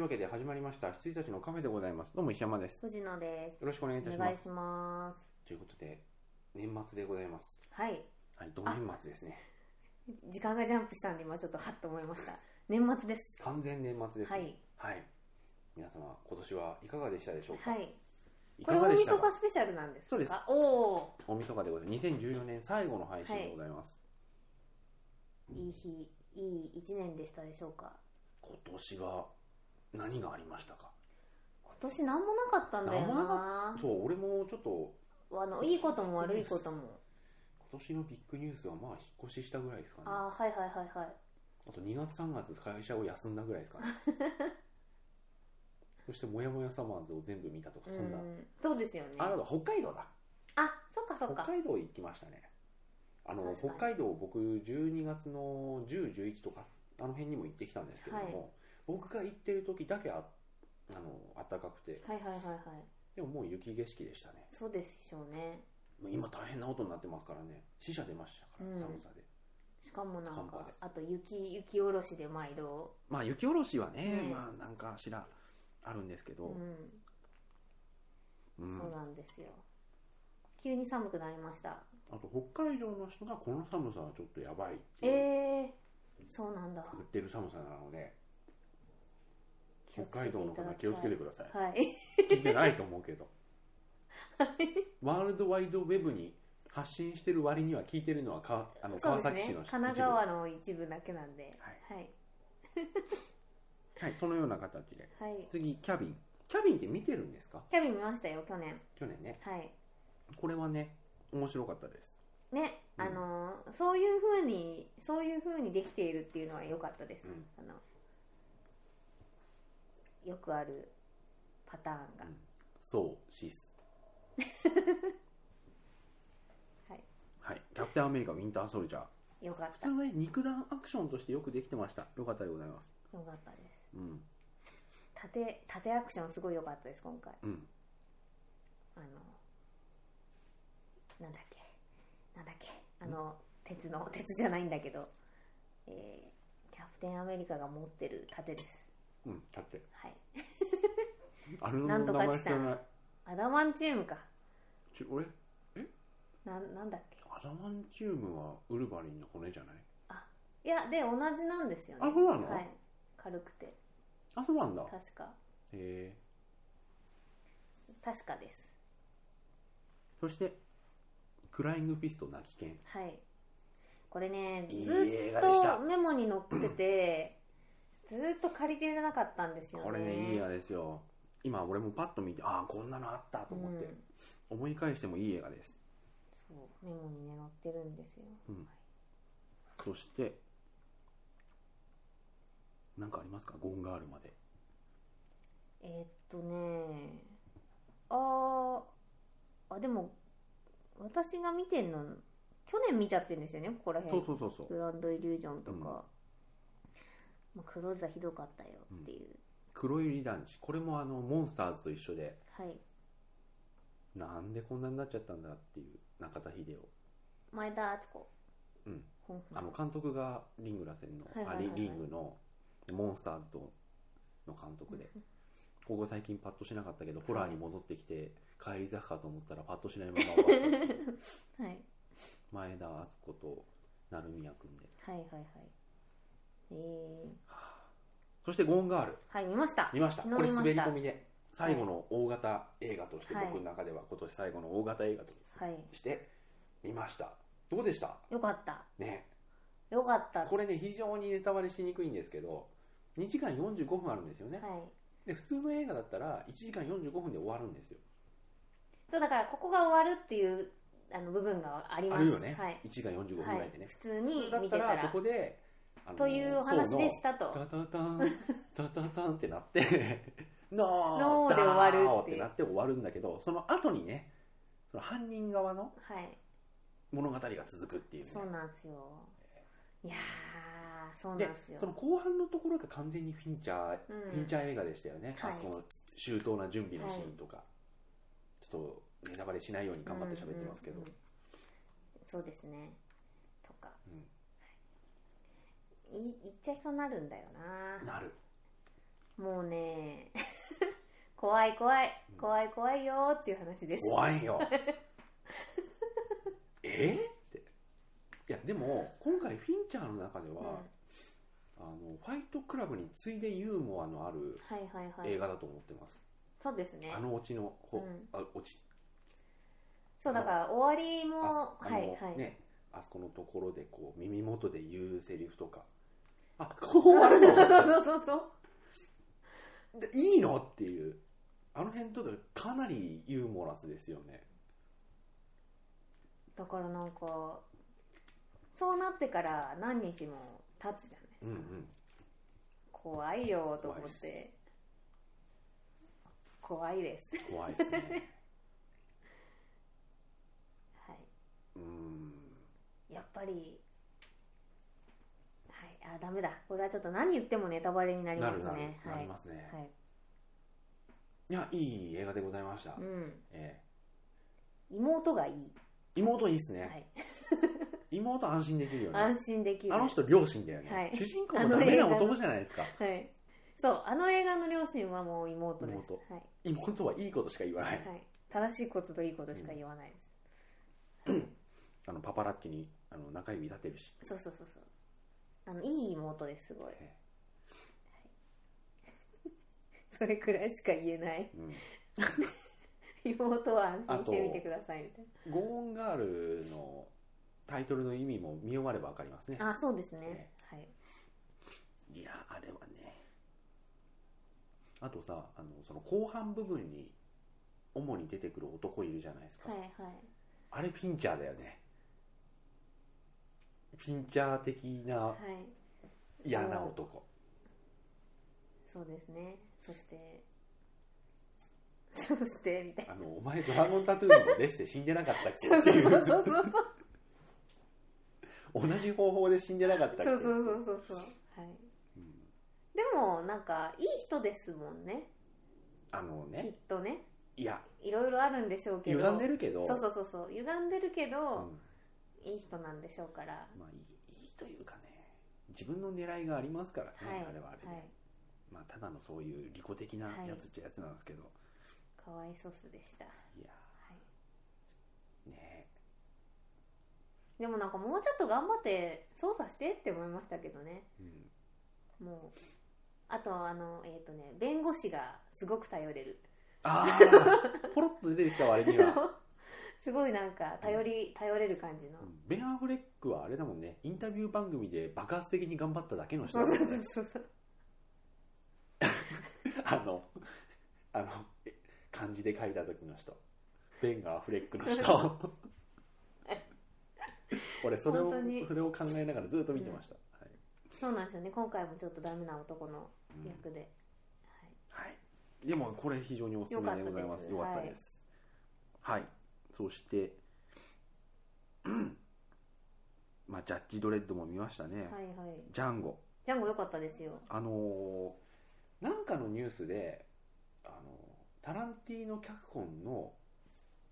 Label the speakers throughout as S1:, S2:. S1: わけで始まりました羊たちのカフェでございますどうも石山です
S2: 藤野です。
S1: よろしくお願いいたし
S2: お
S1: ま
S2: 願い
S1: す
S2: します。
S1: ということで年末でございます
S2: はい。
S1: はい同年末ですね
S2: 時間がジャンプしたんで今ちょっとはっと思いま した。年末です。
S1: 完全年末です
S2: は
S1: ね
S2: い。
S1: はい、皆様今年はいかがでしたでしょうか、
S2: はい。
S1: い
S2: こ
S1: か
S2: れ
S1: がで
S2: 大
S1: し
S2: 晦
S1: た
S2: 日
S1: か
S2: スペシャルなんですか
S1: そうです
S2: おお
S1: 大晦日でございます2014年最後の配信でございます、
S2: ー。いい日、いい一年でしたでしょうか。
S1: 今年は何がありましたか
S2: 今年なんもなかったんだ
S1: な
S2: よ
S1: んも
S2: な。
S1: そう俺もちょっと
S2: あのいいことも悪いことも。
S1: 今年のビッグニュースはまあ引っ越ししたぐらいですかねあ
S2: ああはいはいはいはい。
S1: と2月3月会社を休んだぐらいですか ねそして「もやもやサマーズ」を全部見たとかそんな
S2: うんそうですよね。
S1: あなた北海道だ
S2: あそっかそっ
S1: 北
S2: か。
S1: 海道行きましたねあの
S2: 確か
S1: 北
S2: に
S1: 海道僕12月の1011とかあの辺にも行ってきたんですけれども、僕が行ってる時だけああの暖かくて
S2: はいはいはいはい。
S1: でももう雪景色でしたね
S2: そうでしょうね。
S1: もう今大変なことになってますからね死者出ましたから、
S2: うん
S1: 寒さで
S2: しかもなん
S1: 寒波
S2: か
S1: で
S2: あと雪雪下ろしで毎度。
S1: まあ雪下ろしはね、
S2: ね
S1: まあなんかしらあるんですけ
S2: う
S1: ど、
S2: ん。
S1: うん
S2: そうなんですよ急に寒くなりました
S1: あと北海道の人がこの寒さはちょっとやばいって
S2: え
S1: 言
S2: えー、そうなんだ
S1: ってる寒さなので北
S2: 気をつけて
S1: 海道の方
S2: いただきたい
S1: 気をつけてください
S2: はい
S1: 聞いてないと思うけどワールドワイドウェブに発信してる割には聞いてるのはかあの
S2: そう
S1: 川
S2: です
S1: 崎市
S2: ね
S1: の
S2: 神奈川の一部だけなんで
S1: は
S2: はい
S1: 一部はいそのような形で
S2: はい
S1: 次キャビンキャビンって見てるんですか
S2: キャビン見ましたよ去年
S1: 去年ね
S2: はい
S1: これはね面白かったです
S2: ね、
S1: うん
S2: あのーそういうふうにそういうふうにできているっていうのは良かったです、
S1: うん
S2: あのよくあるパターンが、
S1: うんそうシス
S2: はい、
S1: はい、キャプテンアメリカウィンターソルジャー
S2: 良かっ
S1: 普
S2: た
S1: 通
S2: 良
S1: ね肉弾アクションとしてよくできてましたよかったでございます
S2: かったです
S1: うん
S2: 縦縦アクションすごい良かったです今回
S1: うん
S2: あのなんだっけなんだっけあの鉄の鉄じゃないんだけど、えーキャプテンアメリカが持ってる盾です
S1: うんだって
S2: はい
S1: あれの
S2: なん
S1: 名
S2: とか
S1: 前
S2: 地
S1: 知ら
S2: さん
S1: ない
S2: アダマンチウムか
S1: ち俺
S2: なんなんだっけ
S1: アダマンチウムはウルヴァリンの骨じゃない
S2: いやで同じなんですよね
S1: あそうなの
S2: はい軽くて
S1: あそうなんだへ
S2: 確か
S1: え
S2: 確かです
S1: そしてクライングピストなき剣
S2: はいこれね
S1: いい
S2: ず
S1: 映
S2: っ
S1: 画でした
S2: とメモに載っててずっと借りてなかったんですよね
S1: これねいい映画ですよ今俺もパッと見てああこんなのあったと思って、
S2: うん
S1: 思い返してもいい映画です
S2: そうメモにね載ってるんですよ、
S1: うん
S2: はい
S1: そしてなんかありますかゴンガールまで
S2: えーっとねあーあでも私が見てんの去年見ちゃってるんですよねここら辺
S1: そうそうそうそう
S2: グランドイリュージョンとか、まあ、クローズはひどかったよっていう、
S1: 黒百合団地これもあのモンスターズと一緒で
S2: はい
S1: なんでこんなになっちゃったんだっていう中田秀夫
S2: 前田敦子
S1: うん
S2: ほんほん
S1: あの監督がリングラセンの、
S2: はいはいはいはい
S1: あリリングのモンスターズとの監督でここ最近パッとしなかったけどホラーに戻ってきて帰り坂かと思ったらパッとしないまま終わった
S2: はい
S1: 前田敦子と成宮君で
S2: はいはいはいえ
S1: そしてゴーンガール
S2: ー、はい見ました
S1: 見ました
S2: 昨
S1: こ
S2: 日
S1: れ
S2: 見ま
S1: 滑
S2: し
S1: り
S2: た
S1: 込みで最後の大型映画として
S2: はい
S1: 僕の中では今年最後の大型映画と
S2: はい
S1: して見ましたどうでした
S2: よかった
S1: ね
S2: よかった
S1: これね非常にネタバレしにくいんですけど2時間45分あるんですよね、
S2: はい
S1: で普通の映画だったら1時間45分で終わるんですよ
S2: そうだからここが終わるっていうあの部分がありま
S1: あ
S2: す
S1: るよね、
S2: はい
S1: 1時間45分ぐ
S2: は
S1: らい
S2: い
S1: でね、、
S2: 普通
S1: 普
S2: に
S1: 通だっ
S2: 見
S1: た
S2: てた
S1: ら
S2: ら
S1: ここであの
S2: というお話でし
S1: ソ
S2: たと
S1: ウのタタタンタタタンってな って「ノー
S2: ノーで終わるっていう
S1: ダーオってなって終わるんだけどその後にねその犯人側の
S2: はい
S1: 物語が続くっていうね
S2: そうなんですよいやーそうなん
S1: で
S2: ですよ
S1: その後半のところが完全にフィンチャー、
S2: う
S1: フ
S2: ん
S1: ィンチャー映画でしたよね、
S2: はい
S1: あそこの周到な準備のシーンとか、ちょっとネタバレしないように頑張って喋ってますけど、
S2: うんうんうんそうですねとか、
S1: うん
S2: い言っちゃいそうになるんだよな
S1: なる
S2: もうね 怖い怖い怖い怖いよーっていう話です
S1: 怖い よえっていやでも今回フィンチャーの中では、あのファイトクラブに次いでユーモアのある
S2: うん、はいはいはい
S1: 映画だと思ってます、
S2: そうですね
S1: あのオチのほ、
S2: うん
S1: あオチ
S2: そうだから終わり
S1: あ
S2: も
S1: あ
S2: は
S1: の、
S2: いはい、
S1: ねあそこのところでこう耳元で言うセリフとかあこう終わるの
S2: そうそうそう
S1: でいいのっていうあの辺とかかなりユーモラスですよね
S2: だからなんかそうなってから何日も経つじゃない
S1: うんうん
S2: 怖いよと思って怖いです
S1: 怖いです ね
S2: はい
S1: うん
S2: やっぱりはいあダメだこれはちょっと何言ってもネタバレになり
S1: な
S2: ます
S1: るなる、
S2: ね
S1: な
S2: は
S1: り
S2: い
S1: ますね、
S2: はい
S1: いやいい映画でございました、
S2: うん
S1: え
S2: 妹がいい
S1: え妹いいっすね、
S2: はい
S1: 妹安心できるよね
S2: 安心できる
S1: あの人両親だよね、
S2: はい
S1: 主人公のダメな男じゃないですか
S2: はいそうあの映画の両親はもう妹です
S1: 妹
S2: はい
S1: 妹はいいことしか言わない、
S2: はい、正しいことといいことしか言わないです、
S1: あのパパラッチにあの中指立てるし、
S2: そうそうそうそうあのいい妹ですすごい
S1: え
S2: それくらいしか言えない
S1: えうん
S2: 妹は安心してみてくださいみたい
S1: ゴーンガールのタイトルの意味も見終われば分かりますね
S2: なあそうですねはい
S1: いやあれはねあとさあのその後半部分に主に出てくる男いるじゃないですか、
S2: はいはい
S1: あれフィンチャーだよねフィンチャー的な
S2: はい
S1: 嫌な男、
S2: そうですねそして そしてみたい
S1: あのお前ドラゴンタトゥーのレッセ死んでなかったっけ
S2: な
S1: って いう
S2: そうそうそう
S1: 同じ方法で死んでなかったっけ
S2: そうそうそうそうそうはい
S1: うん
S2: でもなんかいい人ですもんね
S1: あの
S2: きっ
S1: ね
S2: とね
S1: いや
S2: いろいろあるんでしょうけど
S1: 歪んでるけど
S2: そうそうそうそう歪んでるけ
S1: う
S2: ど、
S1: ん
S2: いい人なんでしょうから
S1: まあいいいいというかね自分の狙いがありますからね、
S2: はい
S1: あれはあれで、
S2: はい
S1: まあ、ただのそういう利己的な
S2: はい
S1: やつっちゃやつなんですけど、、
S2: かわいそうっすでした、はい
S1: やーね
S2: い、でもなんかもうちょっと頑張って操作してって思いましたけどね
S1: うん
S2: もうあとあのえっ、とね弁護士がすごく頼れる
S1: ああポロッと出てきた割には
S2: すごいなんか頼り、頼れる感じの、
S1: うんベン・アフレックはあれだもんねインタビュー番組で爆発的に頑張っただけの人
S2: そ
S1: だ
S2: う
S1: もん
S2: そう
S1: ね
S2: そうそう
S1: あの、あの、え漢字で書いた時の人。ベンガー・アフレックの 人。俺、それを
S2: 本当に、
S1: それを考えながらずっと見てました。はい
S2: そうなんですよね今回もちょっとダメな男の
S1: うん
S2: 役で、
S1: はい。でも、これ非常におすすめでございます。よ
S2: よ
S1: か
S2: か
S1: っ
S2: ったた
S1: で。
S2: です
S1: はい。そして、 うんまあ、ジャッジ・ドレッドも見ましたね。
S2: はい、はいはい
S1: ジャンゴ。
S2: ジャンゴ良かったですよ
S1: あのーなんかのニュースで、あのータランティーノ脚本の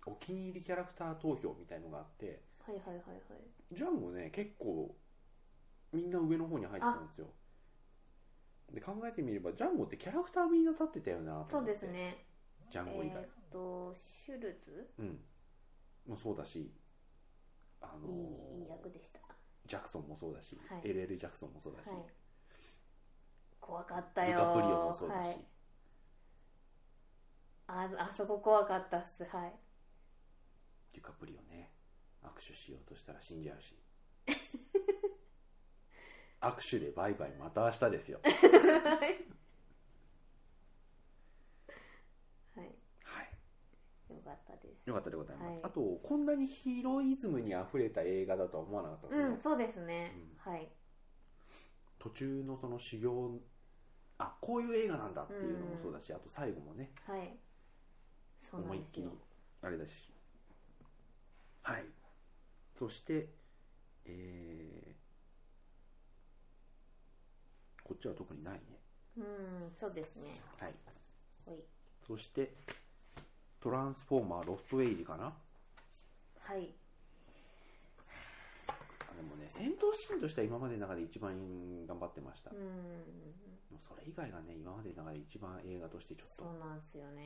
S1: お気に入りキャラクター投票みたいのがあって
S2: はいはいはいはい
S1: ジャンゴね結構みんな上の方に入ってたんですよで考えてみればジャンゴってキャラクターみんな立ってたよなと
S2: そ
S1: 思
S2: う
S1: っ
S2: で
S1: て
S2: すね
S1: ジャンゴ以
S2: えー
S1: 外
S2: っ、とシュルツ
S1: うんもうそうだしあのー
S2: いいいい役でした
S1: ジャクソンもそうだし、
S2: はい
S1: LL ジャクソンもそうだし、
S2: はい怖かった
S1: ル
S2: よ
S1: カプリオもそうだし、
S2: はい、ああそこ怖かったっすはい
S1: デュカプリオね握手しようとしたら死んじゃう し握手でバイバイまた明日ですよ
S2: はい
S1: はい
S2: よかったです
S1: よかったでございます、
S2: はい
S1: あとこんなにヒーロイズムにあふれた映画だとは思わなかったです
S2: う
S1: ね、
S2: んそうですね、はい
S1: 途中のその修行あこういう映画なんだっていうのもそうだし、あと最後もね
S2: はいそうな
S1: 思い
S2: ん
S1: っ
S2: です
S1: きり
S2: よ
S1: あれだしはいそしてえーこっちは特にないね
S2: うんそうですね
S1: はい
S2: はい
S1: そして、トランスフォーマーロストエイジかな
S2: はい
S1: あのもね戦闘シーンとしては今までの中で一番頑張ってました、
S2: う
S1: で
S2: ん
S1: もそれ以外がね今までの中で一番映画としてちょっ
S2: そ
S1: と
S2: うなんですよね、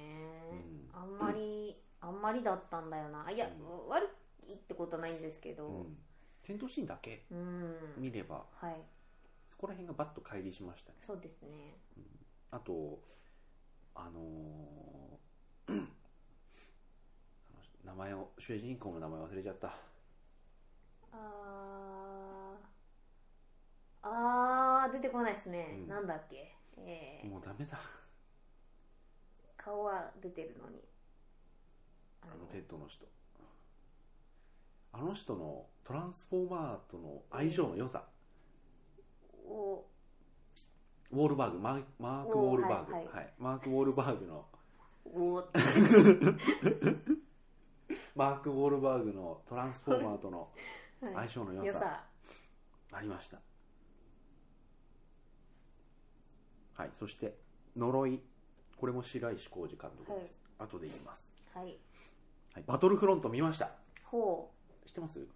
S1: うん
S2: あんまりあんまりだったんだよないや、
S1: う
S2: 悪いってことないんですけど
S1: うん、戦闘シーンだけ
S2: うん、
S1: 見れば
S2: はい
S1: そこら辺がバッと乖離しましたね
S2: そうですね
S1: あとあのーあの名前を主人公の名前忘れちゃった
S2: あーあー出てこないですね、
S1: うん
S2: なんだっけえー
S1: もうダメだ
S2: 顔は出てるのにあ
S1: あのペットの人あの人のトランスフォーマーとの相性の良さ、
S2: お
S1: ウォールバーグマーマーク・ウォールバーグ、
S2: おーは
S1: はいい
S2: はい
S1: マーク・ウォールバーグの
S2: お
S1: マーク・ウォールバーグのトランスフォーマーとの
S2: は
S1: 相性の
S2: い、
S1: 良
S2: よ
S1: さ
S2: さ
S1: ありましたはいそして呪いこれも白石浩二監督です、後で言います、
S2: はい
S1: はい、バトルフロント見ました
S2: ほ
S1: 知ってます
S2: う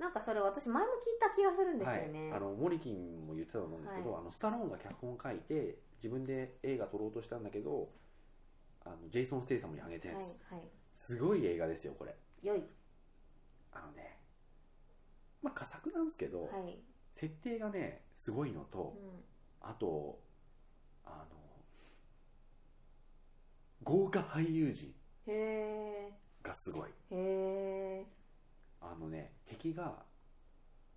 S2: なんかそれ私前も聞いた気がするんですよね、
S1: はい、あのモリキンも言ってたと思うんですけど、
S2: は
S1: あのスタローンが脚本を書いて自分で映画撮ろうとしたんだけどあのジェイソン・ステイサムにあげたやつ、
S2: はいはい
S1: すごい映画ですよこれ
S2: 良い
S1: あのねまあ佳作なんですけど、
S2: はい、
S1: 設定がねすごいの
S2: う
S1: と、
S2: ん、
S1: あとあの豪華俳優陣
S2: へ
S1: がすごい
S2: えへえ
S1: あのね敵が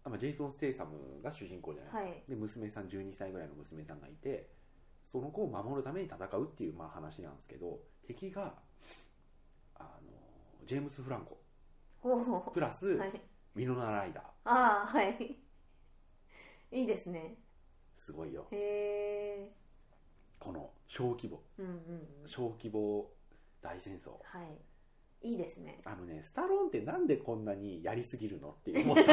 S1: あまあジェイソン・ステイサムが主人公じゃないですか、
S2: はい
S1: で娘さん12歳ぐらいの娘さんがいてその子を守るために戦うっていうまあ話なんですけど敵があのジェームス・フランコ
S2: ほう
S1: プラス、
S2: はい
S1: ミノナ・ライダー
S2: ああはいいいですね
S1: すごいよ
S2: へえ
S1: この小規模
S2: うんうんうん
S1: 小規模大戦争
S2: はいいいですね
S1: あのねスタローンってなんでこんなにやりすぎるのって思った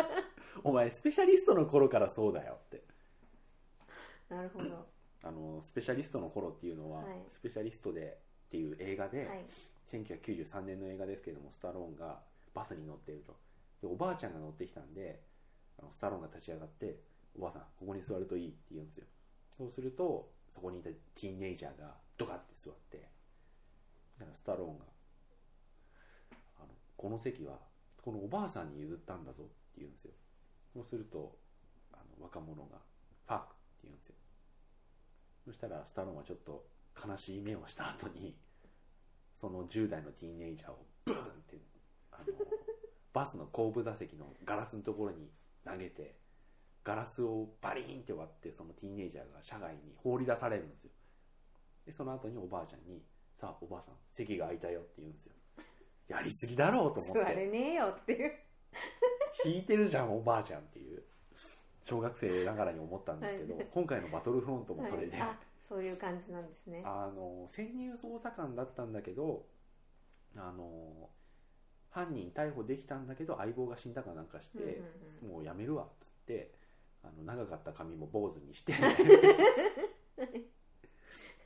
S1: お前スペシャリストの頃からそうだよって
S2: なるほど
S1: あのスペシャリストの頃っていうのは、
S2: はい
S1: スペシャリストでっていう映画で、
S2: はい
S1: 1993年の映画ですけれどもスタローンがバスに乗っているとでおばあちゃんが乗ってきたんであのスタローンが立ち上がって「おばあさんここに座るといい」って言うんですよそうするとそこにいたティーンネイジャーがドカって座ってだからスタローンがあの「この席はこのおばあさんに譲ったんだぞ」って言うんですよそうするとあの若者が「ファック」って言うんですよそしたらスタローンはちょっと悲しい目をした後にその10代のティーンエイジャーをブーンってあの バスの後部座席のガラスのところに投げてガラスをバリーンって割ってそのティーンエイジャーが車外に放り出されるんですよでその後におばあちゃんに「さあおばあさん席が空いたよ」って言うんですよやりすぎだろうと思っ
S2: 座れ
S1: て
S2: ねえよっていう
S1: 引いてるじゃんおばあちゃんっていう小学生ながらに思ったんですけど、
S2: はい
S1: 今回の「バトルフロント」もそれで、
S2: はい、あそういう感じなんですね
S1: あの潜入捜査官だったんだけどあの犯人逮捕できたんだけど相棒が死んだかなんかし
S2: うんうん
S1: て、もうやめるわっつってあの長かった髪も坊主にして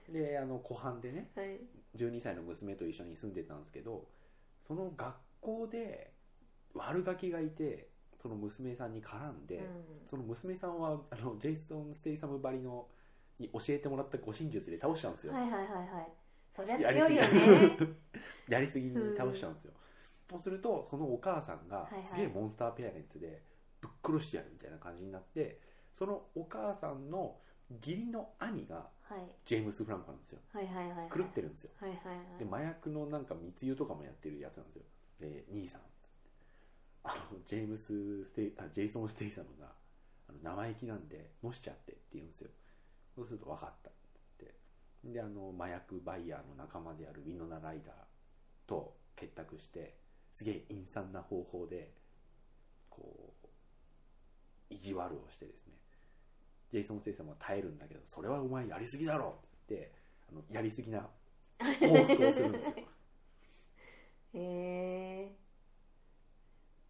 S1: であの湖畔でね
S2: うんはい
S1: 12歳の娘と一緒に住んでたんですけどその学校で悪ガキがいてその娘さんに絡んで、
S2: うん
S1: その娘さんはあのジェイソン・ステイサムばりのに教えてもらった護身術で倒したんですよ、
S2: はいはいはいはいそりゃ
S1: やり
S2: 強
S1: す
S2: い
S1: ぎ
S2: よ ね
S1: やりすぎに倒しちゃうんですよ、そうするとそのお母さんが
S2: はいはい
S1: すげえモンスターペアレンツでぶっ殺してやるみたいな感じになってそのお母さんの義理の兄が
S2: はい
S1: ジェームス・フランコなんですよ
S2: はいはいはいはい
S1: 狂ってるんですよ
S2: はいはいはい
S1: で麻薬のなんか密輸とかもやってるやつなんですよで兄さんあのジェームスステイあジェイソン・ステイサムがあの生意気なんでのしちゃってって言うんですよそうすると分かったって言ってであの麻薬バイヤーの仲間であるミノナ・ライダーと結託してすげえ陰惨な方法でこう意地悪をしてですねジェイソン・ステイサムは耐えるんだけどそれはお前やりすぎだろっつってあのやりすぎな報復をするんですよ
S2: へえ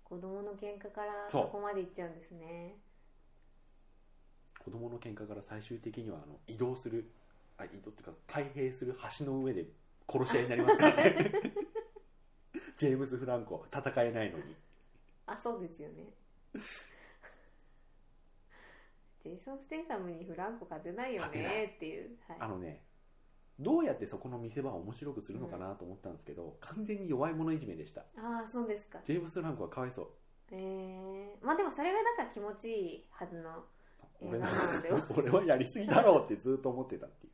S2: 子供の喧嘩から
S1: そう
S2: そこまでいっちゃうんですね
S1: 子供の喧嘩から最終的にはあの移動するあ移動っていうか開閉する橋の上で殺し合いになりますからねジェームス・フランコ戦えないのに
S2: あそうですよねジェイソン・ステイサムにフランコ勝てないよねっていう、はい、
S1: あのねどうやってそこの見せ場を面白くするのかなと思ったんですけど、完全に弱い者いじめでした
S2: ああそうですか
S1: ジェームス・フランコはかわいそう
S2: えー、まあでもそれがだから気持ちいいはずの
S1: 俺は
S2: 映画なのでは
S1: 俺はやりすぎだろうってずっと思って たってい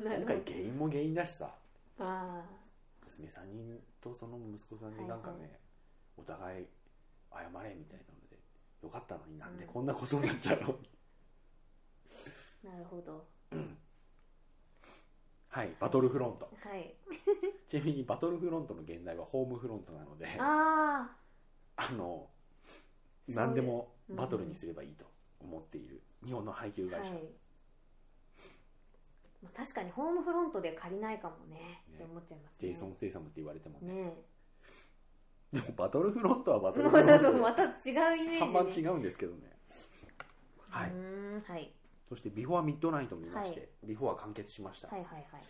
S1: う
S2: なる
S1: 今
S2: ほ
S1: 回
S2: ど
S1: 原因も原因だしさ
S2: あ
S1: 娘さんにとその息子さんになんかね、
S2: はいは
S1: お互い謝れみたいなのでよかったのになんでこんなことになっちゃうの、
S2: あなるほど
S1: はいバトルフロント
S2: はい
S1: ちなみにバトルフロントの現代はホームフロントなのであ
S2: ああ
S1: の
S2: そう
S1: 何でも
S2: うん
S1: バトルにすればいいと思っている日本の配給
S2: は
S1: 会
S2: い
S1: 社、、
S2: まあ、確かにホームフロントで借りないかもね
S1: ね
S2: って思っちゃいます
S1: ジェ
S2: ね
S1: イソン・ステイサムって言われてもね
S2: ね
S1: でもバトルフロントはバト
S2: え
S1: ル
S2: も
S1: フロ
S2: う
S1: ン
S2: なん
S1: ト
S2: か
S1: で
S2: また違うイメ
S1: 看板
S2: ージ
S1: 違
S2: に
S1: うんですけどねはいう
S2: ーんはい
S1: そしてビフォアミッドナイトも見まして、
S2: は
S1: ビフォア完結しました、
S2: はいはいはい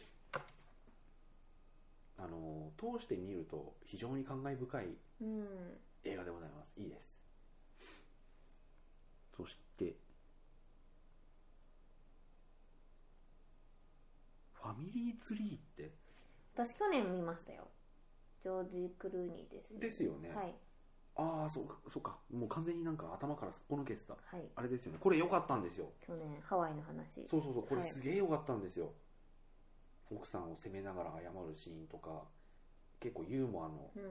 S1: あの通して見ると非常に感慨深い
S2: うん
S1: 映画でございますいいですそしてファミリーツリーって
S2: 私去年見ましたよジョージ・クルーニーです
S1: ですよね、
S2: はい
S1: ああそうかそうかもう完全になんか頭からすっぽ抜けてた
S2: はい
S1: あれですよねこれ良かったんですよ
S2: 去年ハワイの話
S1: そうそうそうこれ
S2: はい
S1: すげえ良かったんですよ、奥さんを責めながら謝るシーンとか結構ユーモアの
S2: うん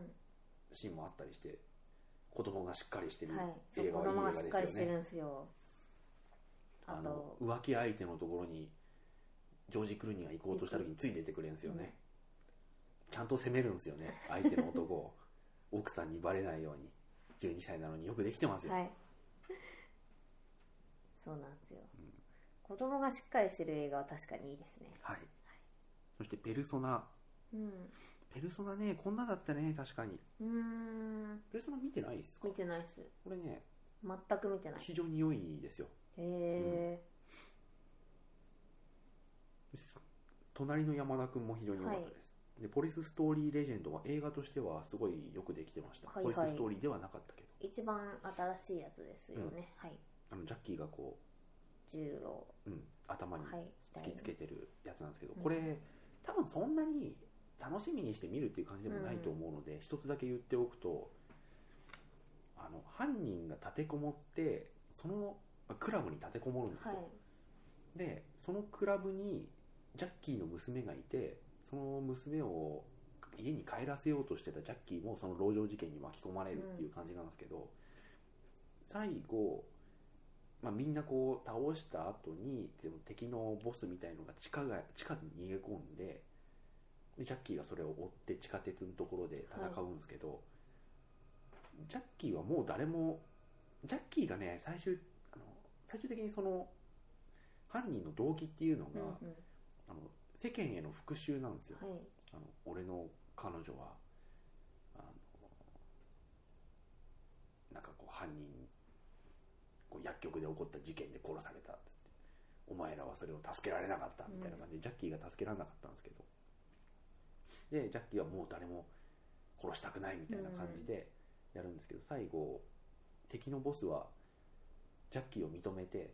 S1: シーンもあったりして子供がしっかりしてる
S2: はい、そう
S1: 映画
S2: 子
S1: はいい
S2: 供がしっ
S1: 映
S2: か
S1: 画
S2: り
S1: で
S2: し
S1: す
S2: て
S1: よね
S2: るんですよあ
S1: あの
S2: と
S1: 浮気相手のところにジョージ・クルーニーが行こうとした時についてってくれるんですよね、ちゃんと責めるんですよね相手の男を 奥さんにバレないように12歳なのによくできてますよ、
S2: はい そうなんですよ、子供がしっかりしてる映画は確かにいいですね
S1: はいそしてペルソナ
S2: うん
S1: ペルソナねこんなだったね確かに
S2: うーん
S1: ペルソナ見てないですか
S2: 見てないっす
S1: これね
S2: 全く見てないへ
S1: 非常に良いですよ
S2: え、
S1: 隣の山田君も非常に良かったです、でポリスストーリーレジェンドは映画としてはすごいよくできてました、
S2: はいはい
S1: ポリスストーリーではなかったけど
S2: 一番新しいやつですよね、はい
S1: あのジャッキーがこ
S2: 十郎
S1: う、うん、頭に
S2: はい
S1: 突きつけてるやつなんですけど、
S2: うん
S1: これ多分そんなに楽しみにして見るっていう感じでもないと思うので、一つだけ言っておくとあの犯人が立てこもってそのあクラブに立てこもるんです
S2: は
S1: よ、
S2: い
S1: でそのクラブにジャッキーの娘がいてその娘を家に帰らせようとしてたジャッキーもその籠城事件に巻き込まれるっていう感じなんですけど、最後、まあ、みんなこう倒した後にでも敵のボスみたいのが地下が地下に逃げ込んででジャッキーがそれを追って地下鉄のところで戦うんですけど、ジャッキーはもう誰もジャッキーがね最終あの最終的にその犯人の動機っていうの
S2: う
S1: が、
S2: んうん
S1: あの世間への復讐なんですよ、
S2: はい
S1: あの俺の彼女はあのなんかこう犯人こう薬局で起こった事件で殺されたっつってお前らはそれを助けられなかったみたいな感じで、ジャッキーが助けられなかったんですけどでジャッキーはもう誰も殺したくないみたいな感じでやるんですけど、最後敵のボスはジャッキーを認めて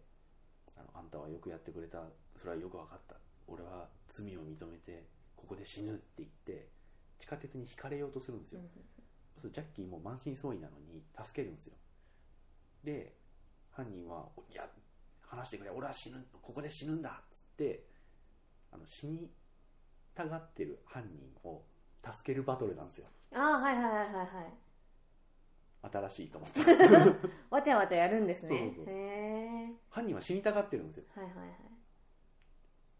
S1: あの「あんたはよくやってくれたそれはよく分かった俺は罪を認めてここで死ぬ」って言って地下鉄にひかれようとするんです
S2: う
S1: よ、
S2: ん
S1: そうジャッキーも満身創痍なのに助けるんですよで犯人は「いや話してくれ俺は死ぬここで死ぬんだ」っつってあの死にたがってる犯人を助けるバトルなんですよ
S2: うんああはいはいはいはいはい
S1: 新しいと思って
S2: わちゃわちゃやるんですね
S1: そうそうそう
S2: へえ
S1: 犯人は死にたがってるんですよ
S2: はいはいはい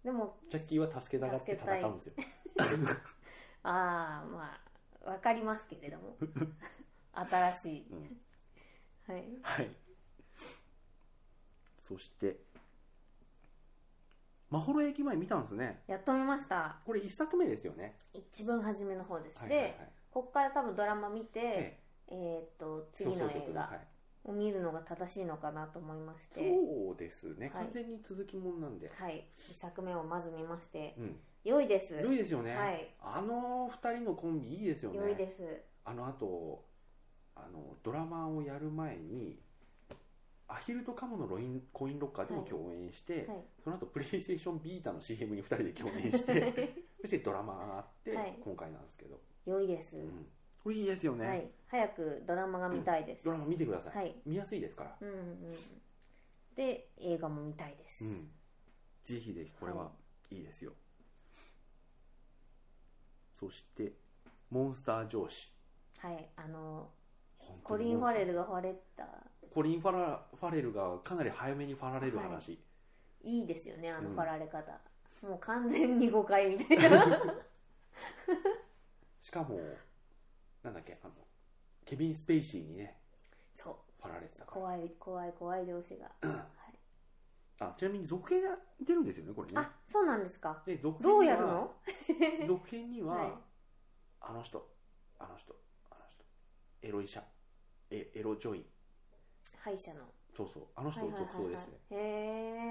S2: でも
S1: ジャッキーは助けたがって戦うんですよ
S2: ああまあわかりますけれど も新しい、
S1: うん
S2: はい
S1: はいそしてまほろ駅前見たんですね
S2: やっと見ました
S1: これ1作目ですよね
S2: 一番初めの方です、
S1: はいはい
S2: でこっから多分ドラマ見て、
S1: はい
S2: えーっと次の映
S1: は
S2: 画
S1: い
S2: を見るのが正しいのかなと思いまして
S1: そうですね、
S2: はい
S1: 完全に続きもんなんで、
S2: はい2作目をまず見まして
S1: うん、
S2: 良いです
S1: 良いですよね、
S2: はい
S1: あの2人のコンビいいですよね
S2: 良いです
S1: あのあとあのドラマをやる前にアヒルとカモのロインコインロッカーでも共演して、
S2: はい
S1: その後プレイステーションビータの CM に2人で共演してそしてドラマがあって、
S2: はい
S1: 今回なんですけど、
S2: 良いです、
S1: うんこれいいですよね、
S2: はい早くドラマが見たいです、
S1: ドラマ見てください、
S2: はい
S1: 見やすいですから、
S2: うんうんうんで映画も見たいです、
S1: うん、ぜひぜひこれは
S2: はい
S1: いですよ、そして「モンスター上司
S2: はいあの」
S1: 本当
S2: コ
S1: に
S2: リン・ファレ
S1: モンス
S2: ルがファレッタ
S1: ターコリンファラ・ファレルがかなり早めにファラれる話、
S2: いいですよねあの
S1: うん
S2: ファラれ方、もう完全に誤解みたいな
S1: しかもなんだっけあのケビン・スペイシーにね
S2: そう
S1: ファラれてたから
S2: 怖い怖い怖い上司が、はい
S1: あちなみに続編が出るんですよねこれね
S2: あそうなんですか
S1: で続編には
S2: どうやるの
S1: 続編には、
S2: はい
S1: あの人あの人あの人エロ医者えエロジョイン
S2: 歯医者の
S1: そうそうあの人
S2: はいはい
S1: 続
S2: は
S1: 投
S2: いはい
S1: ですね、
S2: へ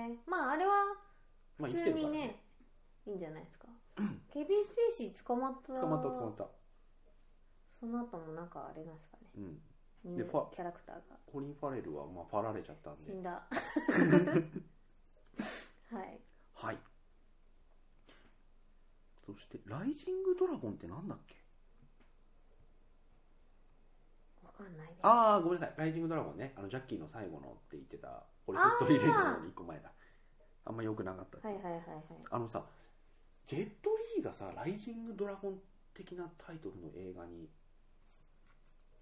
S2: えまああれは
S1: まあ生
S2: 普
S1: き
S2: 通
S1: てるか
S2: に
S1: ら
S2: ね
S1: ね
S2: いいんじゃないですかケビン・スペイシー捕まった
S1: 捕まった捕まった
S2: その後もなんかありますかね
S1: うん
S2: みん
S1: で
S2: な
S1: ファ
S2: キャラクターが
S1: コリン・ファレルはまあパラれちゃったん
S2: 死
S1: で
S2: んだ はい
S1: はいそして「ライジング・ドラゴン」ってなんだっけ
S2: わかんないです
S1: ああごめんなさい「ライジング・ドラゴンね」あのジャッキーの最後のって言ってたホリス・ストーリー・レイドの1個前だあんま良くなかったって
S2: はいはいはいはい
S1: あのさジェットリーがさ「ライジング・ドラゴン」的なタイトルの映画に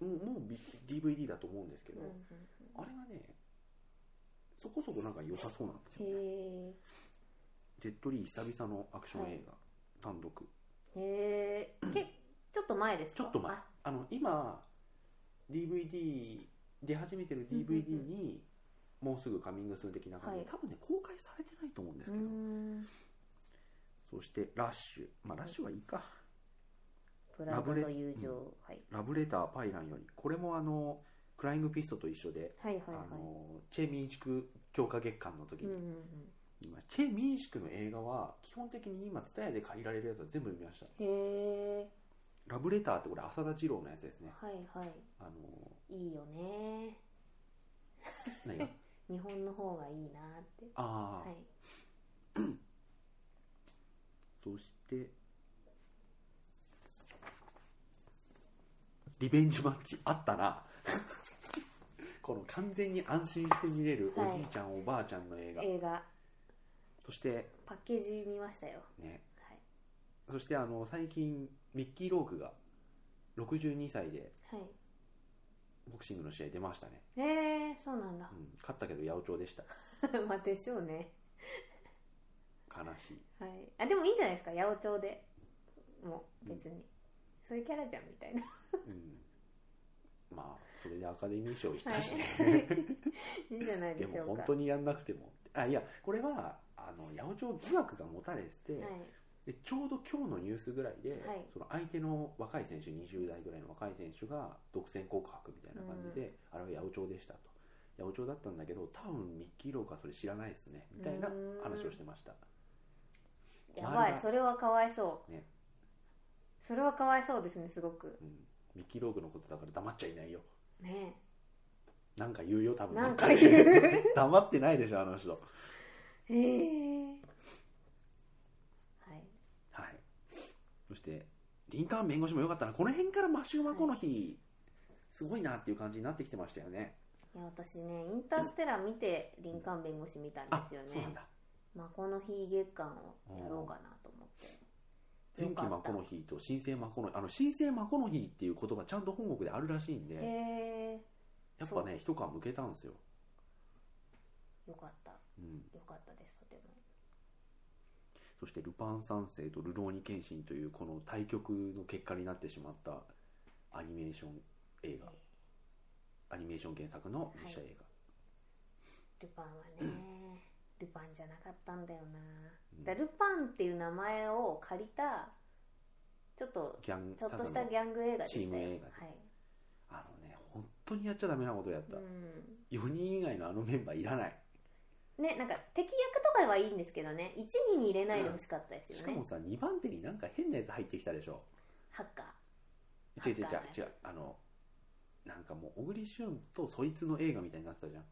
S1: うんもうビ DVD だと思うんですけ
S2: う
S1: ど、
S2: んうんうん
S1: あれがねそこそこなんか良さそうなんですよね
S2: へ
S1: ジェットリー久々のアクション映画、単独
S2: えへえけちょっと前です
S1: ち
S2: か
S1: ょっと前
S2: あ
S1: あの今 DVD 出始めてる DVD
S2: うんうん
S1: にもうすぐカミングスーン的な感じで、
S2: はい
S1: 多分ね公開されてないと思うんです
S2: うー
S1: けど、そ
S2: ん
S1: してラッシュまあラッシュはいいか、
S2: プライドと友情、はい、
S1: ラブレターパイランよりこれもあのクライングピストと一緒で、
S2: はいはいはい
S1: あのチェ・ミンシク強化月間の時
S2: うん
S1: に、
S2: うん
S1: 今チェ・ミンシクの映画は基本的に今 TSUTAYA で借りられるやつは全部見ました
S2: うんへえ
S1: ラブレターってこれ浅田二郎のやつですね
S2: はいはい
S1: あの
S2: いいよね
S1: 何が
S2: 日本の方がいいなって
S1: あ
S2: は
S1: あ、
S2: い
S1: そしてリベンジマッチあったな この完全に安心して見れるおじいちゃん、おばあちゃんの映画
S2: 映画
S1: そして
S2: パッケージ見ましたよ
S1: ね
S2: はい
S1: そしてあの最近ミッキー・ロークが62歳で
S2: はい
S1: ボクシングの試合出ましたね、
S2: へえそう なんだ
S1: うん、勝ったけど八百長でした
S2: まあでしょうね
S1: 悲しい
S2: はいあでもいいんじゃないですか八百長でもう別に、そういうキャラじゃんみたいな、
S1: うん、 まあそれでアカデミー賞行っ
S2: は
S1: たしね、
S2: い、いい んじゃない
S1: で
S2: でしょ
S1: も
S2: う
S1: 本
S2: か
S1: 当にやんなくてもあいやこれはあの八百長疑惑が持たれてて、
S2: はい
S1: でちょうど今日のニュースぐらいで、
S2: はい
S1: その相手の若い選手20代ぐらいの若い選手が独占告白みたいな感じで、あれは八百長でしたと八百長だったんだけど多分ミッキー・ロークはそれ知らないですねみたいな話をしてました
S2: やば
S1: 周りが
S2: いそれはかわいそう、
S1: ね
S2: それはかわいそうですねすごく
S1: うん、ミッキー・ロークのことだから黙っちゃいないよ
S2: ね
S1: なんか言うよ多分
S2: なんか言う
S1: 黙ってないでしょあの人
S2: えへえはい
S1: はいそしてリンカーン弁護士も良かったなこの辺からマシュー・マコの日、すごいなっていう感じになってきてましたよね
S2: いや私ねインターステラー見て林間弁護士見たんで
S1: あ
S2: すよ
S1: そうなん
S2: ね
S1: だ
S2: まあこの日月間をやろうかなと思って
S1: 前期マコの日と新生マコの日あの新生マコの日っていう言葉ちゃんと本国であるらしいんで
S2: へえ
S1: やっぱね一皮むけたんですよ、
S2: よかった
S1: うん、
S2: よかったですとても
S1: そしてルパン三世とルローニケンシンというこの対局の結果になってしまったアニメーション映画アニメーション原作の実写映画、
S2: ルパンはねルパンじゃなかったんだよな、
S1: うん
S2: だルパンっていう名前を借りたちょっと
S1: ギャン
S2: ちょっとした
S1: だの
S2: ギャング映画でしたよ
S1: チーム映画で
S2: はい
S1: あのね本当にやっちゃダメなことやった、
S2: う
S1: 4人以外のあのメンバーいらない
S2: ん、ねなんか敵役とかはいいんですけどね一人に入れないでほしかったですよ
S1: し
S2: ね、
S1: かもさ2番手になんか変なやつ入ってきたでしょ
S2: ハッカー
S1: 違う違う違う
S2: わかんない
S1: 違うあのなんかもう小栗旬とそいつの映画みたいになってたじゃん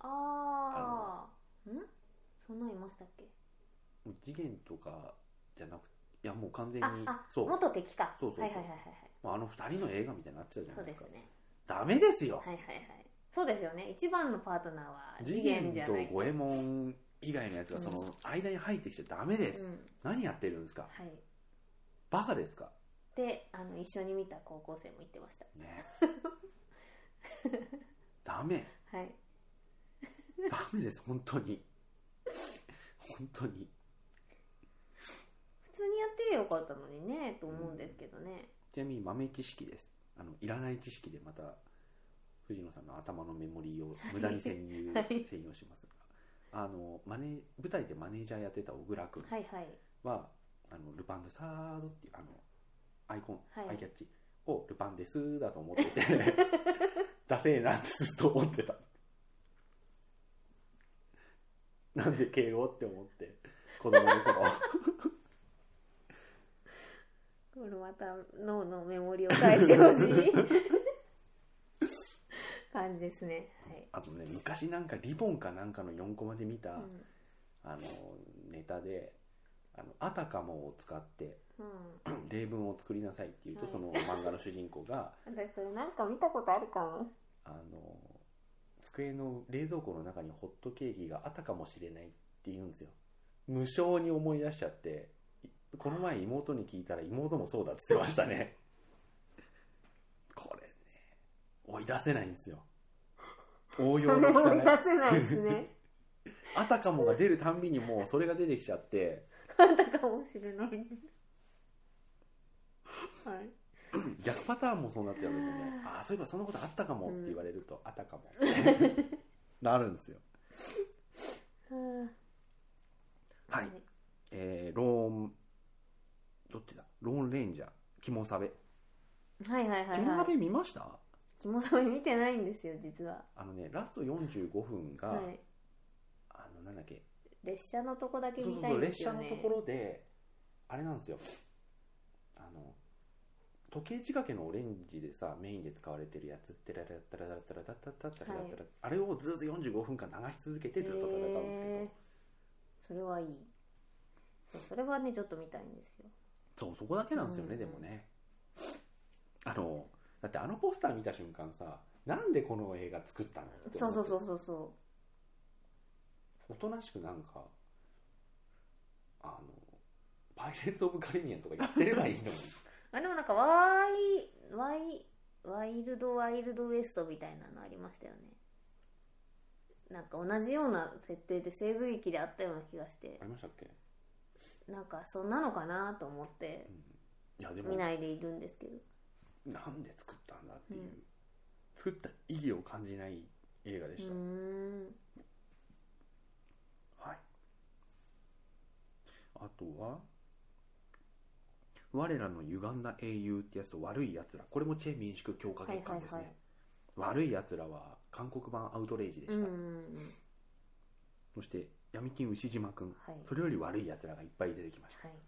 S2: ああんそんなんいましたっけ
S1: もう次元とかじゃなくいやもう完全に
S2: ああ
S1: そう
S2: 元敵か
S1: そうそうそう
S2: はいはいはいはいはい
S1: もうあの二人の映画みたいになっちゃうじゃ
S2: そ
S1: ない
S2: う
S1: で
S2: ですす
S1: か
S2: ね
S1: ダメですよ、
S2: はいはいはいそうですよね一番のパートナーは
S1: 次
S2: 次
S1: 元
S2: 元じゃ
S1: と
S2: ない
S1: 五右衛門以外のやつがその間に入ってきちゃダメです、
S2: うん
S1: 何やってるんですか
S2: はい
S1: バカですか
S2: であの一緒に見た高校生も言ってました
S1: ね ダメ
S2: はい
S1: ダメです本当に本当に
S2: 普通にやってりゃよかったのにねと思うんですけどね、
S1: ちなみに豆知識ですあのいらない知識でまた藤野さんの頭のメモリーを無駄に占有、
S2: はい
S1: 占用しますがあのマネ舞台でマネージャーやってた小倉君
S2: はいはい
S1: は、あのルパンでサードっていうあのアイコン、
S2: はい
S1: アイキャッチをルパンですだと思ってて ダセえなってずっと思ってたなんで敬語って思って子供の頃
S2: これまた脳のメモリを返してほしい感じですねはい、
S1: あとね昔なんかリボンかなんかの4コマで見た、
S2: うん
S1: あのネタであのあたかもを使って
S2: うん、
S1: 例文を作りなさいっていうと、
S2: はい
S1: その漫画の主人公が
S2: 私それなんか見たことあるかも
S1: あの机の冷蔵庫の中にホットケーキがあたかもしれないって言うんですよ無性に思い出しちゃっていこの前妹に聞いたら妹もそうだっつってましたねこれね追い出せないんですよ応用の
S2: 思
S1: 効か
S2: い出
S1: ない
S2: せないですね
S1: あたかもが出るたんびにもうそれが出てきちゃって
S2: あったかもしれないねはい
S1: 逆パターンもそうなっちゃうんですよねああそういえばそんなことあったかもって言われると、あったかもなるんですよ
S2: うん
S1: はい、えーローンどっちだローンレンジャーキモサベ
S2: はいはいは
S1: キ
S2: い
S1: モサ
S2: はい
S1: ベ見ました
S2: キモサベ見てないんですよ実は
S1: あのねラスト45分が、
S2: はい
S1: あのなんだっけ
S2: 列車のとこだけ
S1: そう
S2: 見
S1: そう
S2: た
S1: そう
S2: い
S1: ん
S2: で
S1: 列
S2: す
S1: 車
S2: よ
S1: の
S2: ね
S1: ところであれなんですよあの時計仕掛けのオレンジでさメインで使われてるやつテララッタララッタラッタラッタラッタラッタラッタラあれをずっと45分間流し続けてずっと戦うんですけど、
S2: へーそれはいいそうそれはねちょっと見たいんですよ
S1: そうそこだけなんですよね、
S2: うん
S1: でもねあのだってあのポスター見た瞬間さなんでこの映画作ったのって
S2: そう
S1: 思
S2: そ
S1: っ
S2: う
S1: て
S2: そうそうそ
S1: おとなしくなんかあのパイレーツ・オブ・カリビアンとかやってればいいの に
S2: うあでもなんかワイワイワイルドワイルドウエストみたいなのありましたよねなんか同じような設定で西部劇であったような気がして
S1: ありましたっけ、
S2: なんかそんなのかなと思って
S1: うんいやでも
S2: 見ないでいるんですけど
S1: なんで作ったんだっていう、
S2: うん
S1: 作った意義を感じない映画で
S2: う
S1: し
S2: ー
S1: た、
S2: ん
S1: はいあとは「我らの歪んだ英雄」ってやつと「悪いやつら」これもチェ民宿強化月間ですね、
S2: はいはい
S1: 悪いやつらは韓国版アウトレイジでし
S2: う
S1: た、
S2: んうんうん
S1: そして闇金牛島くん、
S2: はい
S1: それより悪いやつらがいっぱい出てきました、
S2: はい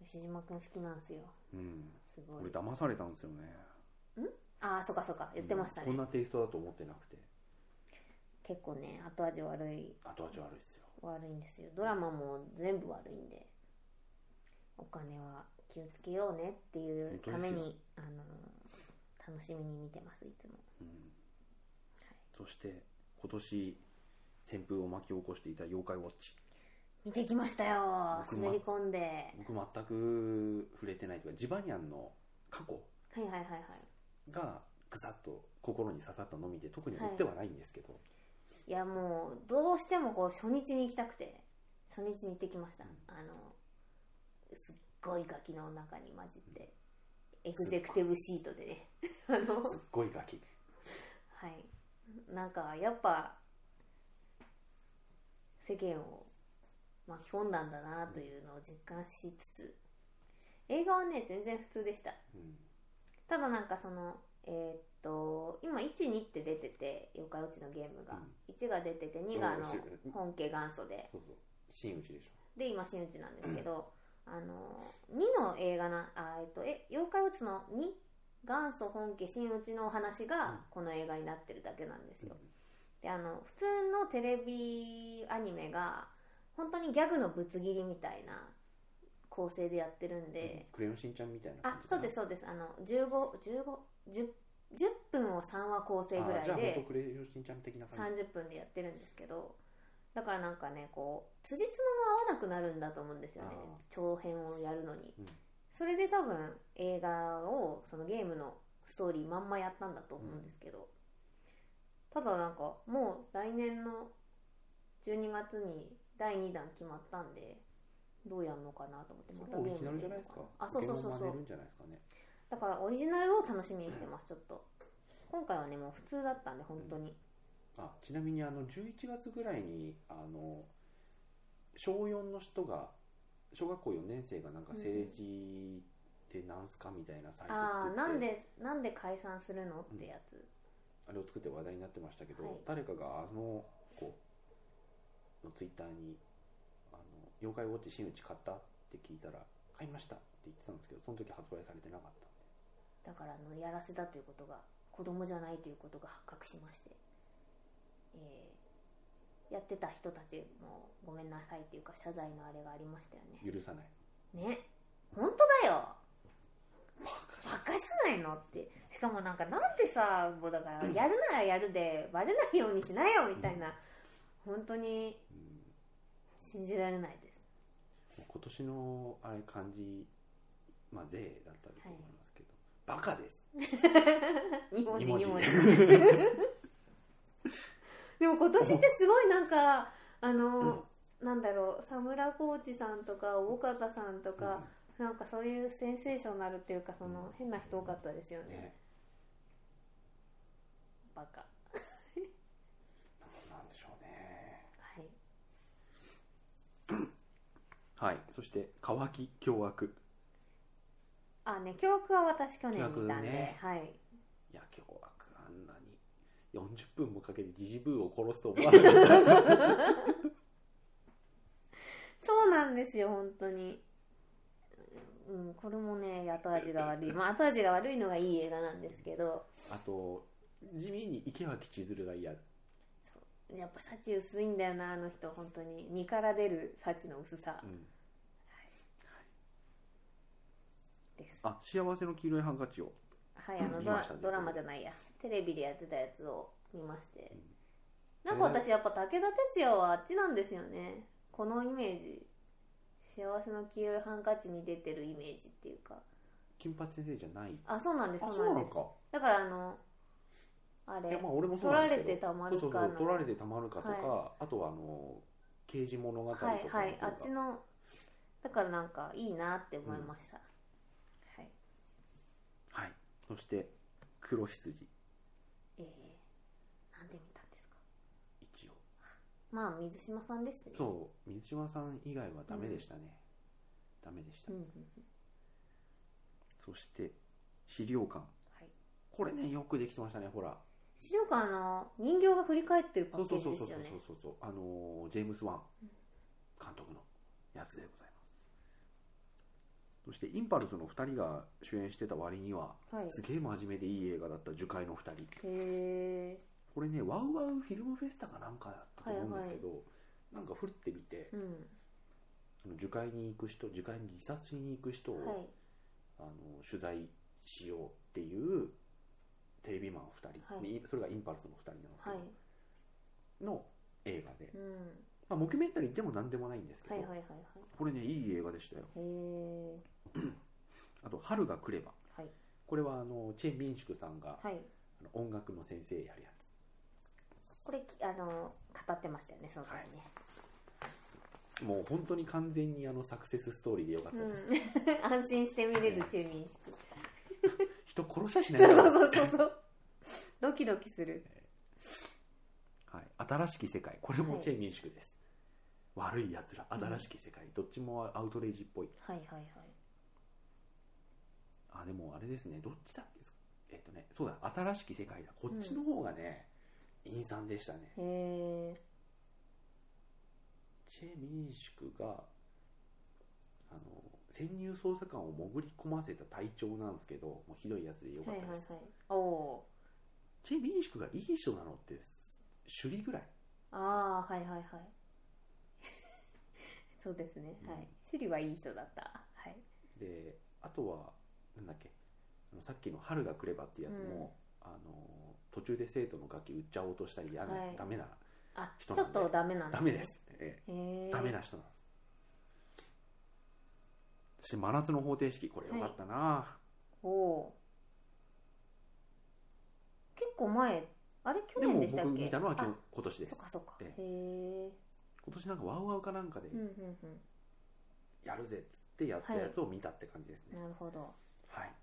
S2: 牛島くん好きなんですよ
S1: うん、
S2: すごい
S1: 俺騙されたんですよね
S2: ああそうかそうか言ってましたね、
S1: うんこんなテイストだと思ってなくて
S2: 結構ね後味悪い
S1: 後味悪いっすよ
S2: 悪いんですよドラマも全部悪いんでお金は気をつけようねっていうた
S1: 本
S2: め
S1: 当で
S2: にあの楽しみに見てますいつも
S1: うんそして今年旋風を巻き起こしていた妖怪ウォッチ
S2: 見てきましたよ
S1: 僕も
S2: 滑り込んではい
S1: 僕全く触れてないというかジバニャンの過去
S2: はいはいはい
S1: がぐさっと心に刺さったのみで特に追ってはないんです けど、
S2: いやもうどうしてもこう初日に行きたくて初日に行ってきました、
S1: うん
S2: あのすっごいガキの中に混じってエグゼクティブシートでねあの
S1: すっごいガキ
S2: はい。なんか、やっぱ、世間を巻き込んだんだなというのを実感しつつ、映画はね、全然普通でした。
S1: うん
S2: ただなんかその、えーっと、今1、2って出てて、妖怪ウォッチのゲームが。1が出てて、2があ
S1: ど
S2: の
S1: うし、
S2: 本家元祖で、
S1: そうそう真打ちでしょ
S2: で、今、真打ちなんですけど、あの、2の映画な、あえーっと、え、妖怪ウォッチの2、元祖本家真打ちのお話が、この映画になってるだけなんですよ。でであの普通のテレビアニメが本当にギャグのぶつ切りみたいな構成でやってるんで、
S1: クレヨンしんちゃんみたいな
S2: あそうですそうですあの1515 10, 10分を3話構成ぐらい
S1: あじゃあ本
S2: で
S1: 当クレヨンしんちゃん的な感じ
S2: 30分でやってるんですけどだからなんかねこう辻褄が合わなくなるんだと思うんですよね
S1: あ
S2: 長編をやるのに、
S1: うん
S2: それで多分映画をそのゲームのストーリーまんまやったんだと思うんですけど、ただなんかもう来年の12月に第2弾決まったんでどうやるのかなと思って
S1: それはオリジナル
S2: 出
S1: じゃない
S2: る
S1: で
S2: の
S1: すか
S2: あそうそうそ
S1: ポ
S2: う
S1: ケ
S2: そ
S1: モン真
S2: う
S1: 似るんじゃないですかね
S2: だからオリジナルを楽しみにしてますちょっと今回はねもう普通だったんで本当に、
S1: あちなみにあの11月ぐらいにあの小4の人が小学校4年生がなんか
S2: うん
S1: 政治ってなんすかみたいなサイト作
S2: あ
S1: っ
S2: あ
S1: て
S2: なんでなんで解散するのってやつ、
S1: あれを作って話題になってましたけど、
S2: はい
S1: 誰かがあの子のツイッターに「あの妖怪ウォッチ新内買った?」って聞いたら「買いました」って言ってたんですけどその時発売されてなかったんで
S2: だからあのやらせだということが子供じゃないということが発覚しまして、えーやってた人たちもごめんなさいっていうか謝罪のあれがありましたよね
S1: 許さない
S2: ね本当だよバカじゃないのってしかもなんかなんでさもう だからやるならやるでバレないようにしないよみたいな本当に
S1: うん
S2: 信じられないです
S1: 今年のあれ漢字まあ「税」だったと思いますけど「バカです」
S2: 2文字
S1: 二文字
S2: 2文字でも今年ってすごいなんかあの、なんだろう佐村コーチさんとか尾方さんとか、なんかそういうセンセーショナルっていうかその変な人多かったですよ
S1: うん
S2: ね
S1: ね
S2: バカは
S1: なんでしょうね
S2: い
S1: はいそして「乾き凶悪
S2: あね教育は私去年見たんで、
S1: 教育ね
S2: はい」
S1: いや凶悪あんなに40分もかけてジジブーを殺すと思わなかった
S2: そうなんですよ本当にうんこれもね後味が悪いまあ後味が悪いのがいい映画なんですけど
S1: あと地味に池脇千鶴が嫌
S2: やっぱ幸薄いんだよなあの人本当に身から出る幸の薄さ
S1: うん
S2: です
S1: あ幸せの黄色いハンカチを
S2: はい、あの
S1: 見
S2: ド
S1: ま
S2: ラ
S1: したね
S2: ドラマじゃないやテレビでやってたやつを見まして、
S1: うん
S2: なんか私やっぱ武田鉄矢はあっちなんですよねこのイメージ幸せの黄色いハンカチに出てるイメージっていうか
S1: 金八先生じゃない
S2: あそうなんです
S1: あ
S2: そ
S1: そうう
S2: な
S1: なんん
S2: で
S1: ですすか
S2: だからあのあれ
S1: いやまあ俺もそ
S2: 取
S1: うな
S2: ら
S1: んで
S2: れ
S1: すけ
S2: て
S1: ど
S2: たま
S1: そ
S2: る
S1: うそう
S2: か
S1: そう
S2: の
S1: 取られてたまるかとか、
S2: は
S1: あとはあの刑事物語とか
S2: はいはいあ
S1: の
S2: っちのだからなんかいいなって思いました、はい
S1: はいそして黒羊
S2: えー、なんで見たんですか
S1: 一応
S2: まあ水島さんですね
S1: そう水島さん以外はダメでしたね、ダメでした、
S2: うんうん
S1: そして資料館
S2: はい
S1: これねよくできてましたねほら
S2: 資料館あの人形が振り返ってるパ
S1: そ
S2: ッ
S1: う
S2: ケ
S1: そ
S2: ー
S1: うそう
S2: ジで
S1: そう
S2: す
S1: そ
S2: よ
S1: うそう
S2: ね
S1: そうあのージェームス・ワン監督のやつでございますそしてインパルスの2人が主演してた割には
S2: はい
S1: すげえ真面目でいい映画だった樹海の2人
S2: へえ
S1: これねワウワウフィルムフェスタかなんかだったと思うんですけど、なんか振ってみて
S2: うん
S1: あの樹海に行く人樹海に自殺しに行く人を、
S2: はい
S1: あの取材しようっていうテレビマン2人、
S2: はい
S1: いそれがインパルスの2人なんですけ
S2: は
S1: ど、
S2: い
S1: の映画で、
S2: うん
S1: まあ、モキュメンタリーでも何でもないんですけど、
S2: はいはいはいはい
S1: これねいい映画でしたよ
S2: へえ
S1: あと「春が来れば
S2: はい」
S1: これはあのチェン・ミンシクさんが、
S2: はい
S1: あの音楽の先生やるや
S2: これあの語ってましたよねその時ね、
S1: つもう本当に完全にあのサクセスストーリーでよかったです、
S2: うん 安心して見れる中に
S1: 人殺しゃしない
S2: そう
S1: から
S2: そうそうそうドキドキする
S1: はい、新しき世界これもチェン・ミンシクです、悪いやつら新しき世界、どっちもアウトレイジっぽい
S2: はいはいはい
S1: あでもあれですねどっちだっけえっ、とねそうだ新しき世界だこっちの方がね、陰惨でしたね
S2: へえ
S1: チェ・ミンシクがあの潜入捜査官を潜り込ませた隊長なんですけどもうひどいやつでよかっ
S2: はい
S1: たで
S2: はい
S1: す、
S2: はいおお
S1: チェ・ミンシクがいい人なのって首里ぐらい
S2: ああはい はいはいそうですね、
S1: うん
S2: はい趣里はいい人だったはい
S1: であとはなんだっけあのさっきの「春が来れば」っていうやつも、あの途中で生徒の楽器売っちゃおうとしたりやめ、
S2: はい
S1: ダメな
S2: あち
S1: 人
S2: ょ
S1: なん
S2: っ
S1: で
S2: とダメなん
S1: ダメです、え
S2: へえ
S1: え、ダメな人なんです私真夏の方程式これよかったな、
S2: おおー結構前あれ去
S1: で
S2: 年
S1: も
S2: でした
S1: 僕
S2: っけ
S1: 見たのは今日
S2: あ
S1: 今年です
S2: そっかそっかへ
S1: え
S2: え
S1: 今年なんかワウワウかなんかで
S2: うんうんうん
S1: やるぜっつってやったやつを見たって感じですね
S2: なるほど
S1: はい、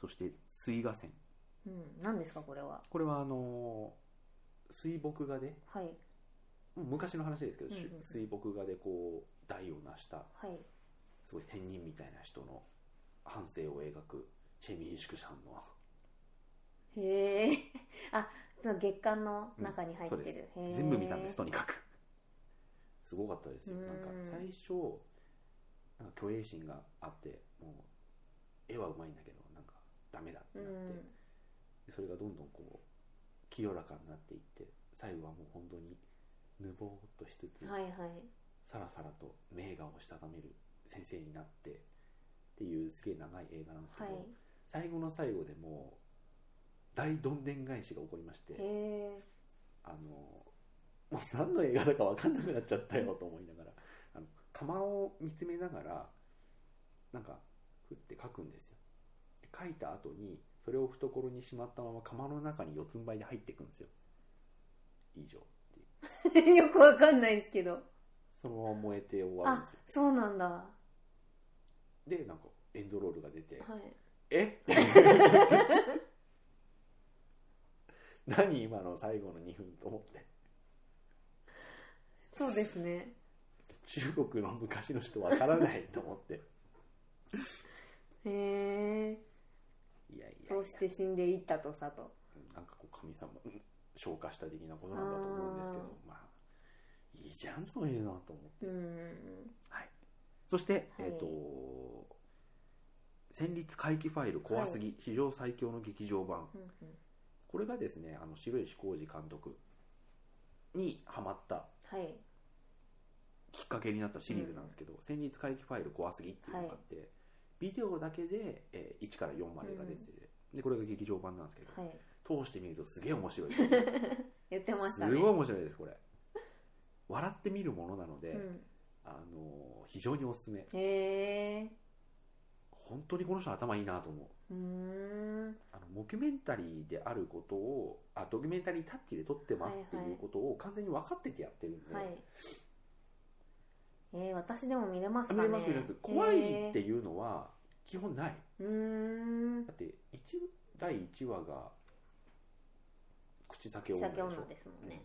S1: そして水画線
S2: うん何ですかこれは
S1: これはあのー水墨画で
S2: はい
S1: もう昔の話ですけど、
S2: うんうんうん
S1: 水墨画でこう台を成した
S2: はい
S1: すごい仙人みたいな人の反省を描くチェ・ミンシクさんの
S2: へえ あその月間の中に入って
S1: うんそう
S2: る、へえ
S1: 全部見たんですとにかくすごかったですよ
S2: うん
S1: なんか最初なんか虚栄心があってもう絵はうまいんだけどなんかダメだって
S2: う
S1: なって、
S2: ん
S1: それがどんどんこう清らかになっていって最後はもう本当にぬぼーっとしつつ、
S2: はいはい
S1: さらさらと名画をしたためる先生になってっていうすげえ長い映画なんですけ
S2: は
S1: ど、
S2: い
S1: 最後の最後でもう大どんでん返しが起こりまして
S2: へえ
S1: あのもう何の映画だか分かんなくなっちゃったよと思いながらあの釜を見つめながらなんか振って書くんですよで書いた後にそれを懐にしまったまま釜の中に四つん這いで入っていくんですよ以上っていう
S2: よくわかんないですけど
S1: そのまま燃えて終わるんで
S2: あ
S1: すよ
S2: そうなんだは
S1: でなんかエンドロールが出て、
S2: い
S1: え って何今の最後の2分と思って
S2: そうですね
S1: 中国の昔の人わからないと思って
S2: へえ
S1: いやいやいや
S2: そうして死んでいったとさと
S1: なんかこう神様うん消化した的なことなんだと思うんですけどまあいいじゃんそういうのと思って、
S2: うん
S1: はい、そして、
S2: はい
S1: えっ、と戦慄回帰ファイル怖すぎ、史上最強の劇場版
S2: うんうん
S1: これがですねあの白石浩二監督にハマった
S2: はい
S1: きっかけになったシリーズなんですけど「戦慄回帰ファイル怖すぎ」っていうのがあって、ビデオだけで、えー1から4までが出てて、でこれが劇場版なんですけど、
S2: はい
S1: 通してみるとすげえ面白い
S2: 言ってまし
S1: す
S2: た
S1: ごい
S2: ね
S1: 面白いですこれ笑って見るものなので、
S2: うん、
S1: あのー非常におすすめ
S2: へえ
S1: 本当にこの人頭いいなと思う
S2: うーん
S1: あのモキュメンタリーであることをあドキュメンタリータッチで撮ってますって
S2: はい
S1: い
S2: は
S1: う
S2: い
S1: ことを完全に分かっててやってるんで、
S2: はいえー、私でも見れますか
S1: 見
S2: ね
S1: れます見れます怖いっていうのは基本ない、
S2: うーん
S1: だって一第1話が口裂け
S2: 口
S1: 女
S2: 先
S1: でしょ
S2: 女ですもんね、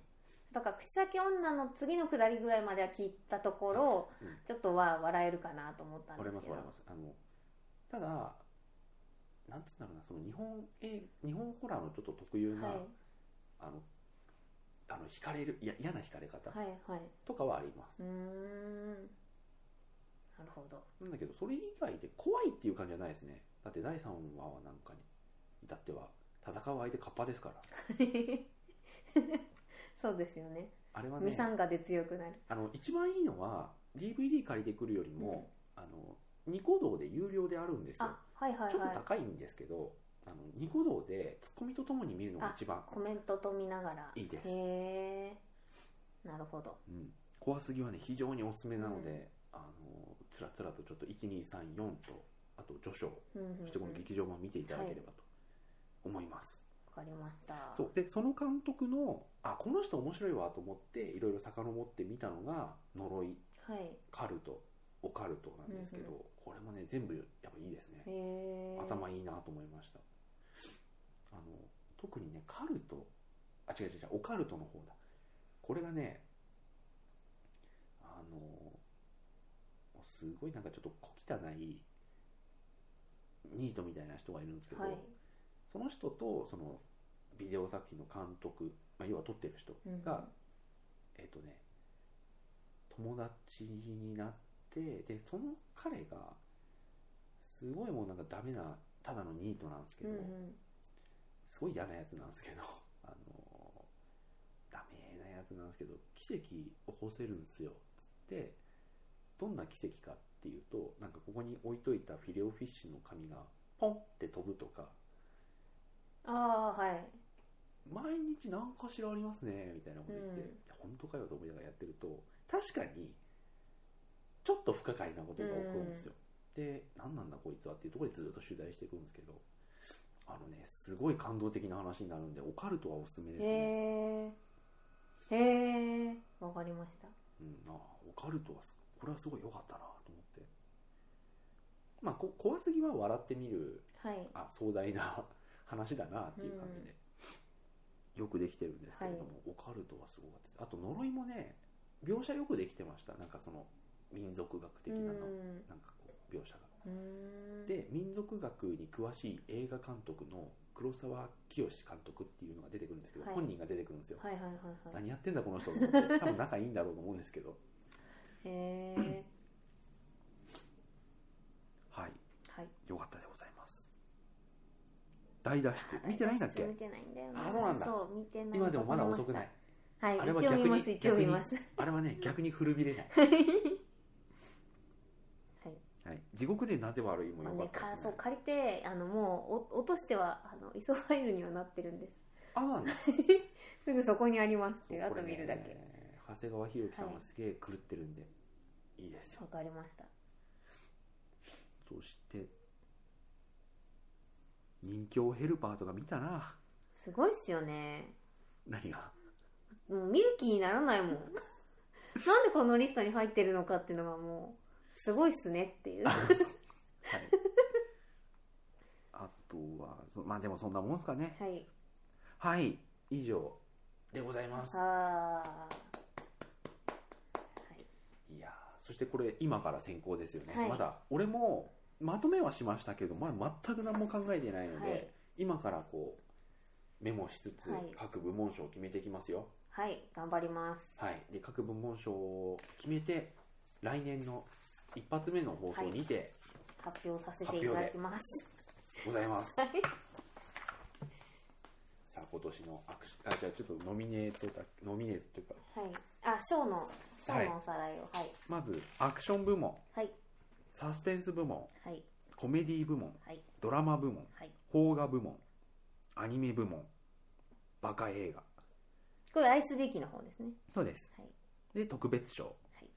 S2: だから口先女の次のくだりぐらいまでは聞いたところ、
S1: うん
S2: ちょっとは笑えるかなと思ったんで
S1: 笑
S2: す
S1: います
S2: けど
S1: 笑いますあのただなんつうんだろうなその日本え日本ホラーのちょっと特有な、あのあの惹かれるいや嫌な惹かれ方
S2: はいはいはい
S1: とかはあります、
S2: うーんなるほど
S1: なんだけどそれ以外で怖いっていう感じじゃないですねだって第3話はなんかに至っては戦う相手カッパですから
S2: そうですよね
S1: あれは
S2: 未
S1: ね
S2: 参加で強くなる
S1: あの一番いいのは DVD 借りてくるよりも、あのニコ動で有料であるんですよ
S2: あはいはい
S1: ちょっと
S2: はい
S1: 高いんですけど、あのニコ動でツッコミとともに見るのが一番、
S2: コメントと見ながら
S1: いいです
S2: へえなるほど
S1: うん、怖すぎはね非常におすすめなので、あのつらつらとちょっと1234とあと序章
S2: うんうんうん
S1: そしてこの劇場版見ていただければと思います、
S2: わかりました
S1: そうでその監督のあこの人面白いわと思っていろいろ遡って見たのが呪い
S2: はい
S1: カルトオカルトなんですけど、
S2: うん
S1: これもね全部やっぱいいですね
S2: へえ
S1: 頭いいなと思いましたあの特にねカルトあ違う違う違うオカルトの方だこれがねあのすごいなんかちょっと小汚いニートみたいな人がいるんですけど、
S2: はい
S1: その人とそのビデオ作品の監督、まあ、要は撮ってる人が、えっ、とね友達になってでその彼がすごいもうなんかダメなただのニートなんですけ
S2: う
S1: ど、
S2: んうん
S1: すごい嫌なやつなんですけど あつなんですけど奇跡起こせるんですよつってどんな奇跡かっていうとなんかここに置いといたフィレオフィッシュの紙がポンって飛ぶとか
S2: ああはい
S1: 毎日何かしらありますねみたいなこと言って、
S2: うん
S1: 本当かよと思いながらやってると確かにちょっと不可解なことが起こるんですよ、で何なんだこいつはっていうところでずっと取材していくんですけどあのねすごい感動的な話になるんでオカルトはおすすめです
S2: へ
S1: ね、
S2: えへえわかりました
S1: うん、あオカルトはすこれはすごい良かったなと思ってまあこ怖すぎは笑ってみる
S2: はい
S1: あ壮大な 話だなっていう感じで、よくできてるんですけれども、オカルトはすごかったですあと呪いもね描写よくできてましたなんかその民族学的
S2: う
S1: なの、
S2: ん
S1: なんかこう描写が
S2: うーん
S1: で民族学に詳しい映画監督の黒沢清監督っていうのが出てくるんですけど、
S2: はい
S1: 本人が出てくるんですよ、
S2: はいはいはいはい
S1: 何やってんだこの人と思って多分仲いいんだろうと思うんですけど
S2: へえ
S1: はい
S2: はい
S1: よかったでございます大脱出見てないんだっけ
S2: 見てないんだよ
S1: あそうなんだ
S2: そう見てない
S1: 今でもまだ遅くない
S2: はい
S1: あれは
S2: 一応見ま
S1: 逆
S2: す
S1: に
S2: 一応見ます
S1: あれはね逆に古びれない、
S2: はい
S1: はい、地獄でなぜ悪いも
S2: まあ
S1: よか
S2: ね
S1: った
S2: か
S1: です
S2: そう
S1: ね
S2: 借りてあのもうお落としてはあのイソファイルにはなってるんです
S1: あそうなんだ
S2: すぐそこにありますっていうあ
S1: ことれね
S2: 見るだけ
S1: 長谷川博己さんはすげえ狂ってるんで、い、いですよ
S2: わかりました
S1: そして人形ヘルパーとか見たな
S2: すごいっすよね
S1: 何 が
S2: もう見る気にならないもん なんでこのリストに入ってるのかっていうのがもうすごいっすねっていうは
S1: はいあとはそまあでもそんなもんすかね
S2: い
S1: はい以上でございます
S2: ああはい
S1: いやーそしてこれ今から先行ですよね、
S2: はい
S1: まだ俺もまとめはしましたけど、まあ、全く何も考えてないので、
S2: はい
S1: 今からこうメモしつつ、
S2: はい
S1: 各部門賞を決めていきますよ
S2: はい頑張ります
S1: はいで各部門賞を決めて来年の一発目の放送にて
S2: 発表させていただきます
S1: ございます、
S2: はい
S1: さあ今年のアクシあじゃあちょっとノミネートだノミネートというか
S2: はいあ賞の賞のおさらいをはい
S1: まずアクション部門
S2: はい
S1: サスペンス部門
S2: はい
S1: コメディ部門
S2: はい
S1: ドラマ部門
S2: はい
S1: 邦画部門アニメ部門バカ映画
S2: これ愛すべきの方ですね
S1: そうです
S2: はい
S1: で特別賞、
S2: はい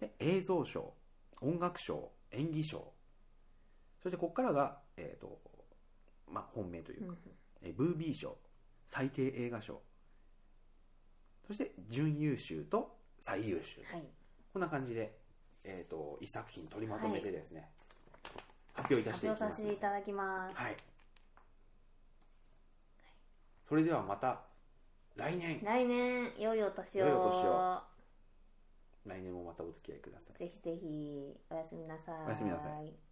S1: で映像賞音楽賞演技賞そしてここからが、えーとまあ、本命といううんか、
S2: うん
S1: えブービー賞最低映画賞そして準優秀と最優秀、
S2: はい
S1: こんな感じで、えー、と一作品取りまとめてですね、発表いたし
S2: 発
S1: てい
S2: 表
S1: きま
S2: さ
S1: す
S2: せ
S1: ので
S2: ていただきます
S1: はい。それではまた来年、
S2: 来年良いお年を
S1: 良いお年を来年もまたお付き合いください。
S2: ぜひぜひおやすみなさい
S1: おやすみなさい